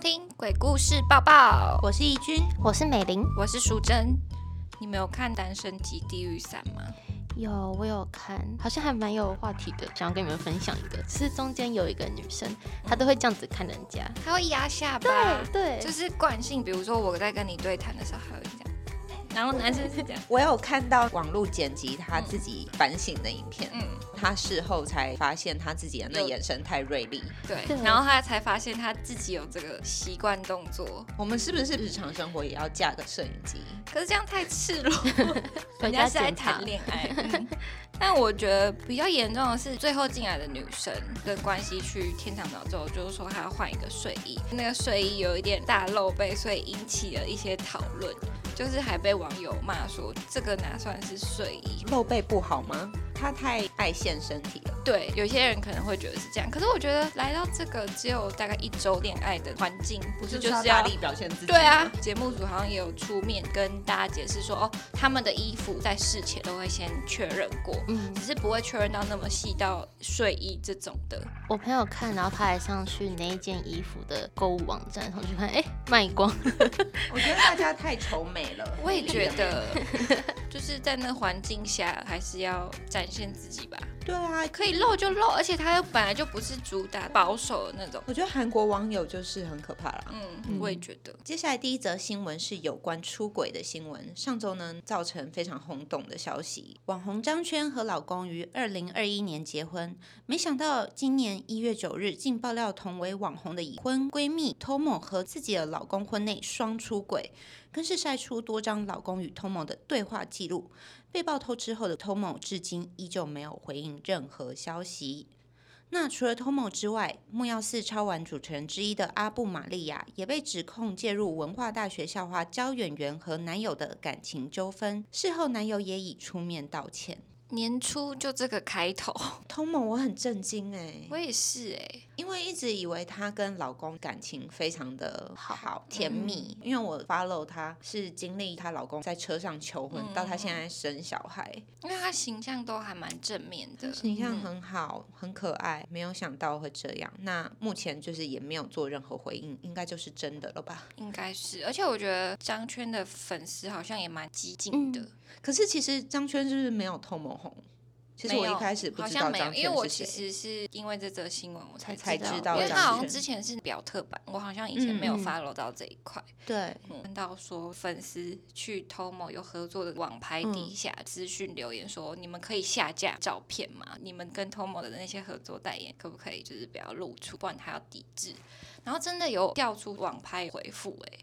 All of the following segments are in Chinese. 听《鬼故事抱抱》，我是怡君，我是美玲。我是淑珍。你们有看《单身级地狱三》吗？有，我有看，好像还蛮有话题的，想要跟你们分享一个，是中间有一个女生，她都会这样子看人家。他会压下巴，对就就是是惯性。比如说我在跟你对谈的时候，还会这样，然后男生是这样，我有看到网络剪辑他自己反省的影片，嗯，他事后才发现他自己的那眼神太锐利。对对。然后他才发现他自己有这个习惯动作，我们是不是日常生活也要架个摄影机？可是这样太赤裸，人回家家是在检谈查。恋爱。嗯 但我觉得比较严重的是，最后进来的女生的关系去天堂岛之后，就是说她要换一个睡衣，那个睡衣有一点大露背，所以引起了一些讨论，就是还被网友骂说这个哪算是睡衣？露背不好吗？他太爱现身体了。对，有些人可能会觉得是这样，可是我觉得来到这个只有大概一周恋爱的环境，不是就是要力表现自己对啊，，节目组好像也有出面跟大家解释说，哦，他们的衣服在事前都会先确认过，嗯只，是不会确认到那么细到睡衣这种的。。我朋友看，然后他还上去那一件衣服的购物网站上去看，哎、卖光。我觉得大家太愁美了我也觉得，就是在那环境下，还是要展现自己吧。 对啊，可以露就露，而且他又本来就不是主打保守的那种。我觉得韩国网友就是很可怕啦。嗯，嗯我也觉得。接下来第一则新闻是有关出轨的新闻。上周呢，造成非常轰动的消息，网红张圈和老公于二零二一年结婚，没想到今年一月九日，竟爆料同为网红的已婚闺蜜 Tomo 和自己的老公婚内双出轨，更是晒出多张老公与 Tomo 的对话记录。被爆偷吃后的 Tomo 至今依旧没有回应任何消息。那除了 Tomo 之外，木曜四超玩主持人之一的阿布玛利亚也被指控介入文化大学校花焦远媛和男友的感情纠纷。事后，男友也已出面道歉。年初就这个开头， Tomo，我很震惊哎、我也是哎、因为一直以为她跟老公感情非常的好好嗯甜蜜，因为我 follow 她是经历她老公在车上求婚，嗯到她现在生小孩，因为他形象都还蛮正面的，形象嗯很好，很可爱，没有想到会这样。那目前就是也没有做任何回应，应该就是真的了吧？嗯应该是，而且我觉得张圈的粉丝好像也蛮激进的。嗯可是其实张圈是不是没有偷某红？其实没我一有开始不好知像道没有，张因为我其圈是实谁。是因为这则新闻我才才知道知道因为张他好像圈之前是表特版，我好像以前没有嗯嗯 follow 到这一块。对，嗯看到说粉丝去偷某有合作的网拍嗯底下资讯留言说，你们可以下架照片吗？你们跟偷某的那些合作代言可不可以就是不要露出，不然他要抵制。然后真的有调出网拍回复哎、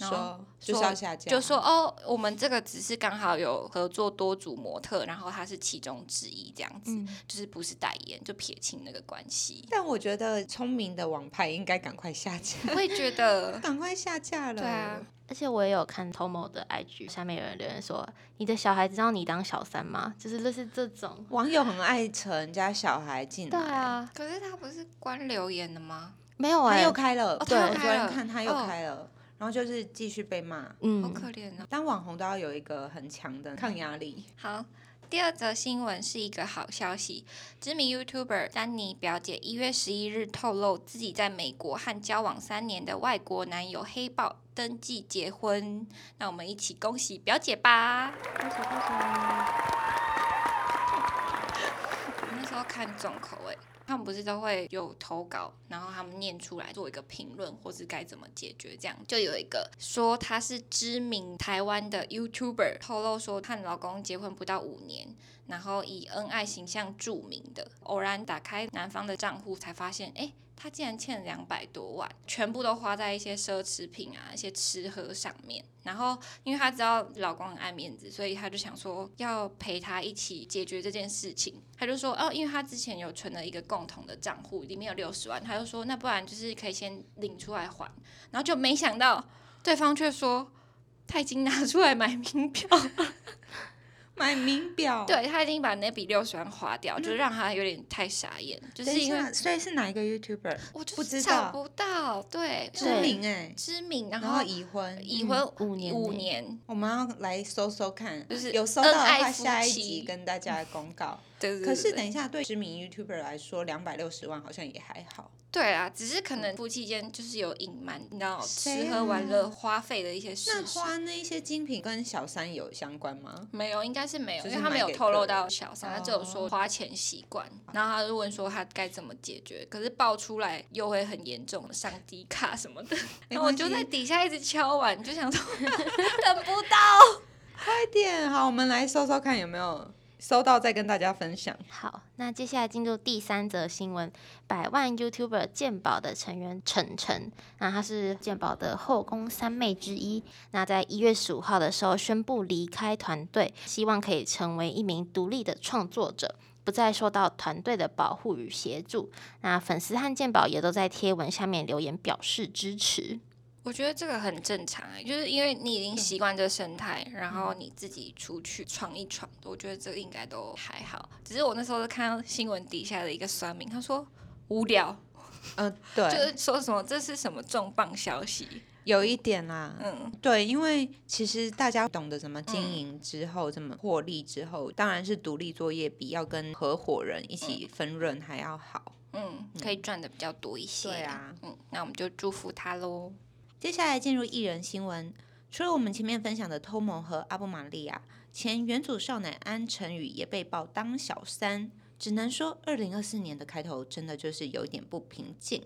然后说就是要下架，。就说哦，我们这个只是刚好有合作多组模特，然后他是其中之一这样子，嗯就是不是代言，就撇清那个关系但我觉得聪明的网拍应该赶快下架， 我也觉得，赶快下架了。对啊，而且我也有看 Tomo 的 IG，下面有人留言说：“你的小孩知道你当小三吗？”就是类似这种。网友很爱扯人家小孩进来，对，啊， 可是他不是关留言的吗？没有哎、他又开了，哦对，他我又昨开天了看他又哦开了，然后就是继续被骂。好嗯，可怜啊！当网红都要有一个很强的抗压力。好，第二则新闻是一个好消息，知名 YouTuber 丹尼表姐一月十一日透露，自己在美国和交往三年的外国男友黑豹登记结婚。那我们一起恭喜表姐吧！恭喜恭喜！ 我那时候看重口味，他们不是都会有投稿，然后他们念出来做一个评论，或是该怎么解决这样。就有一个说她是知名台湾的 YouTuber，透露说和老公结婚不到五年，然后以恩爱形象著名的，偶然打开男方的账户才发现，哎。他竟然欠两百多万，全部都花在一些奢侈品啊、一些吃喝上面。然后因为她知道老公很爱面子，所以她就想说要陪他一起解决这件事情。她就说哦，因为她之前有存了一个共同的账户，里面有六十万，她就说那不然就是可以先领出来还。然后就没想到对方却说他已经拿出来买名 票，哦买名表，，对他已经把那笔六十万花掉，就让他有点太傻眼，就是因为所以是嗯哪一个 YouTuber 我就不是知找道不到，对知对名哎、知名，然然后后已婚，已婚五年五内年，我们要来搜搜看，就是有搜到的恩爱话，夫下一妻集跟大家公告。对对对。可是对等一下，对知名 YouTuber 来说，两百六十万好像也还好。对啊，只是可能夫妻间就是有隐瞒，你知道谁吃啊喝玩乐花费的一些事那实。花那一些精品跟小三有相关吗？没有，应该是没有，就因是为他没有买给透露个人哦到小三，他只有说花钱习惯，然后他就问说他该怎么解决，可是爆出来又会很严重，上低卡什么的，没然后我关就系在底下一直敲碗，就想说 等不到。快点，好，我们来搜搜看有没有搜到，再跟大家分享。好，那接下来进入第三则新闻，百万 YouTuber 鉴宝的成员晨晨，那他是鉴宝的后宫三妹之一，那在一月十五号的时候宣布离开团队，希望可以成为一名独立的创作者。不再受到团队的保护与协助，那粉丝和鉴宝也都在贴文下面留言表示支持。我觉得这个很正常、欸，就是因为你已嗯经习惯这生态，然后你自己出去闯一闯，我觉得这应该都还好。只是我那时候看到新闻底下的一个酸民，他说无聊，嗯、对，呃就是说什么这是什么重磅消息，有一点啦，嗯，对，因为其实大家懂得怎么经营之后，怎么获利之后，当然是独立作业比要跟合伙人一起分润还要好。嗯，可以赚的比较多一些。对啊，嗯，那我们就祝福他喽。接下来进入艺人新闻，除了我们前面分享的偷萌和阿布玛利亚，前元祖少奶安晨宇也被曝当小三，只能说二零二四年的开头真的就是有一点不平静。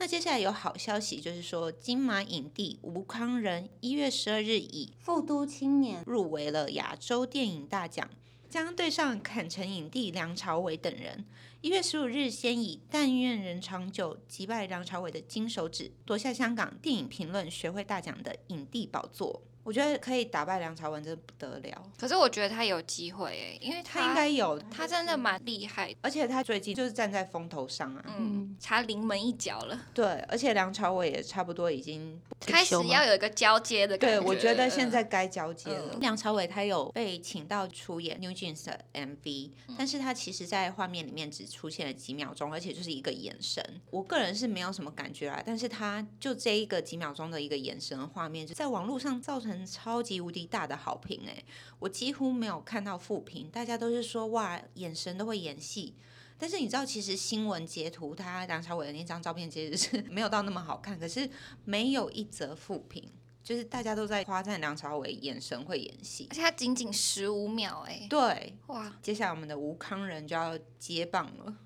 那接下来有好消息，就是说金马影帝吴康仁一月十二日以《复都青年》入围了亚洲电影大奖，将对上坎城影帝梁朝伟等人。一月十五日，先以“但愿人长久”击败梁朝伟的金手指，夺下香港电影评论学会大奖的影帝宝座。我觉得可以打败梁朝伟，真的不得了。可是我觉得他有机会诶、因为他他应该有，他真的蛮厉害的，而且他最近就是站在风头上啊。嗯，差临门一脚了，对，而且梁朝伟也差不多已经，退开始休吗要有一个交接的感对觉。我觉得现嗯在该交接了。嗯梁朝伟他有被请到出演 New Jeans 的 MV，、但嗯是他其实在画面里面只出现了几秒钟，而且就是一个眼神。我个人是没有什么感觉啦，但是他就这一个几秒钟的一个眼神画面，就在网络上造成超级无敌大的好评哎、我几乎没有看到负评，大家都是说哇，眼神都会演戏。但是你知道，其实新闻截图他梁朝伟的那张照片其实是 没有到那么好看，可是没有一则负评，就是大家都在夸赞梁朝伟眼神会演戏而。且他仅仅十五秒诶、对，哇，接下来我们的吴康仁就要接棒了。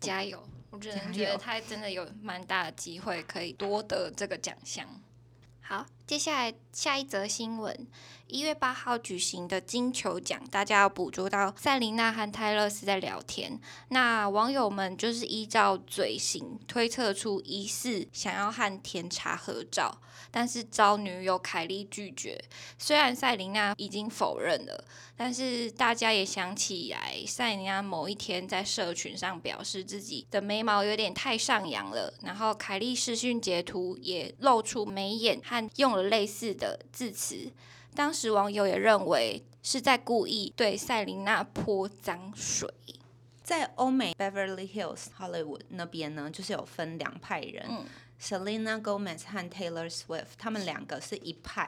加油！我真哦加的觉得油他真的有蛮大的机会可以夺得这个奖项。好，接下来下一则新闻，一月八号举行的金球奖，大家要捕捉到赛琳娜和泰勒斯在聊天。那网友们就是依照嘴型推测出疑似想要和甜茶合照，但是遭女友凯莉拒绝。虽然赛琳娜已经否认了，但是大家也想起来，塞琳娜某一天在社群上表示自己的眉毛有点太上扬了，然后凯莉视讯截图也露出眉眼和用了类似的字词。当时网友也认为是在故意对塞琳娜泼脏水。在欧美 Beverly Hills Hollywood 那边呢，就是有分两派人、嗯 s e l e n a Gomez 和 Taylor Swift，他们两个是一派。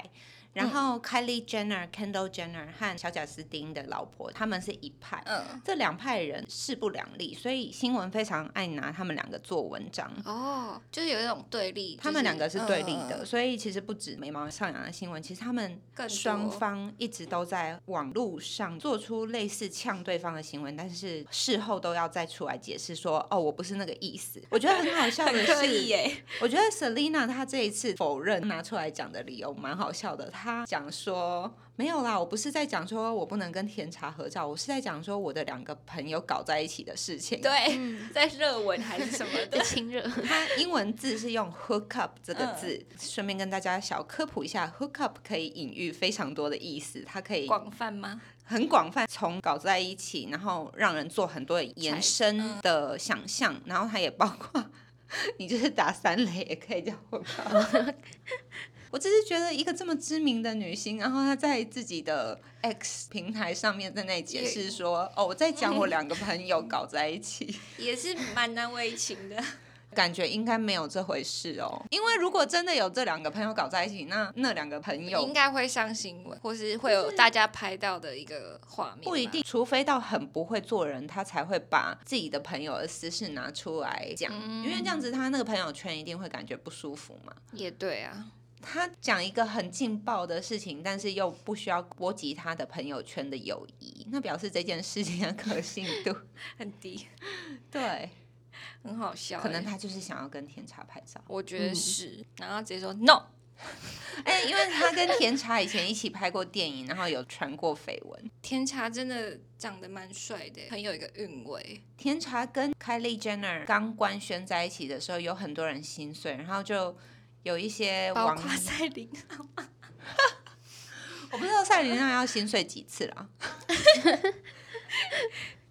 然后 Kylie Jenner、Kendall Jenner 和小贾斯汀的老婆，他们是一派。嗯，这两派人势不两立，所以新闻非常爱拿他们两个做文章。哦，就是有一种对立，他们两个是对立的，嗯所以其实不止眉毛上扬的新闻，其实他们更多双方一直都在网络上做出类似呛对方的行为，但是事后都要再出来解释说，哦，我不是那个意思。我觉得很好笑的刻意是，耶，我觉得 Selina 她这一次否认拿出来讲的理由蛮好笑的，她讲说没有啦，我不是在讲说我不能跟甜茶合照，我是在讲说我的两个朋友搞在一起的事情。对，在热吻还是什么在的，亲热，它英文字是用 hook up 这个嗯字，顺、便跟大家小科普一下，hook up 可以隐喻非常多的意思，它可以广泛吗？很广泛，从搞在一起，然后让人做很多的延伸的想象，然后它也包括你就是打三雷也可以叫 hook up。我只是觉得一个这么知名的女星，然后她在自己的 X 平台上面在那里解释说，哦，我在讲我两个朋友搞在一起。也是蛮难为情的。感觉应该没有这回事哦。因为如果真的有这两个朋友搞在一起，那那两个朋友应该会上新闻，或是会有大家拍到的一个画面。不一，定，除非到很不会做人，他才会把自己的朋友的私事拿出来讲，嗯因为这样子他那个朋友圈一定会感觉不舒服嘛。也对啊，他讲一个很劲爆的事情，但是又不需要波及他的朋友圈的友谊，那表示这件事情的可信 度。很低，对，很好笑欸、可能他就是想要跟甜茶拍照。我觉得嗯是，然后直接说 no，哎、因为他跟甜茶以前一起拍过电影，然后有传过绯闻。天茶真的长得蛮帅的，很有一个韵味。甜茶跟 Kylie Jenner 刚官宣在一起的时候，有很多人心碎，然后就有一些包网括赛 琳， 我不知道赛琳娜要心碎几次 啦。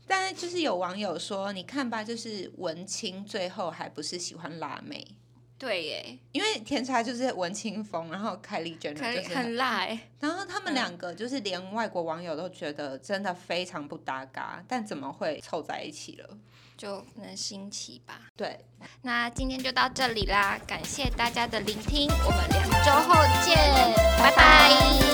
但是就是有网友说，你看吧，就是文青最后还不是喜欢辣妹，对耶，因为甜茶就是文青风，然后凯莉 Jenner 可以就是很，很辣哎，然后他们两个就是连外国网友都觉得真的非常不搭嘎，但怎么会凑在一起了？就可能新奇吧。对，那今天就到这里啦，感谢大家的聆听，我们两周后见，拜拜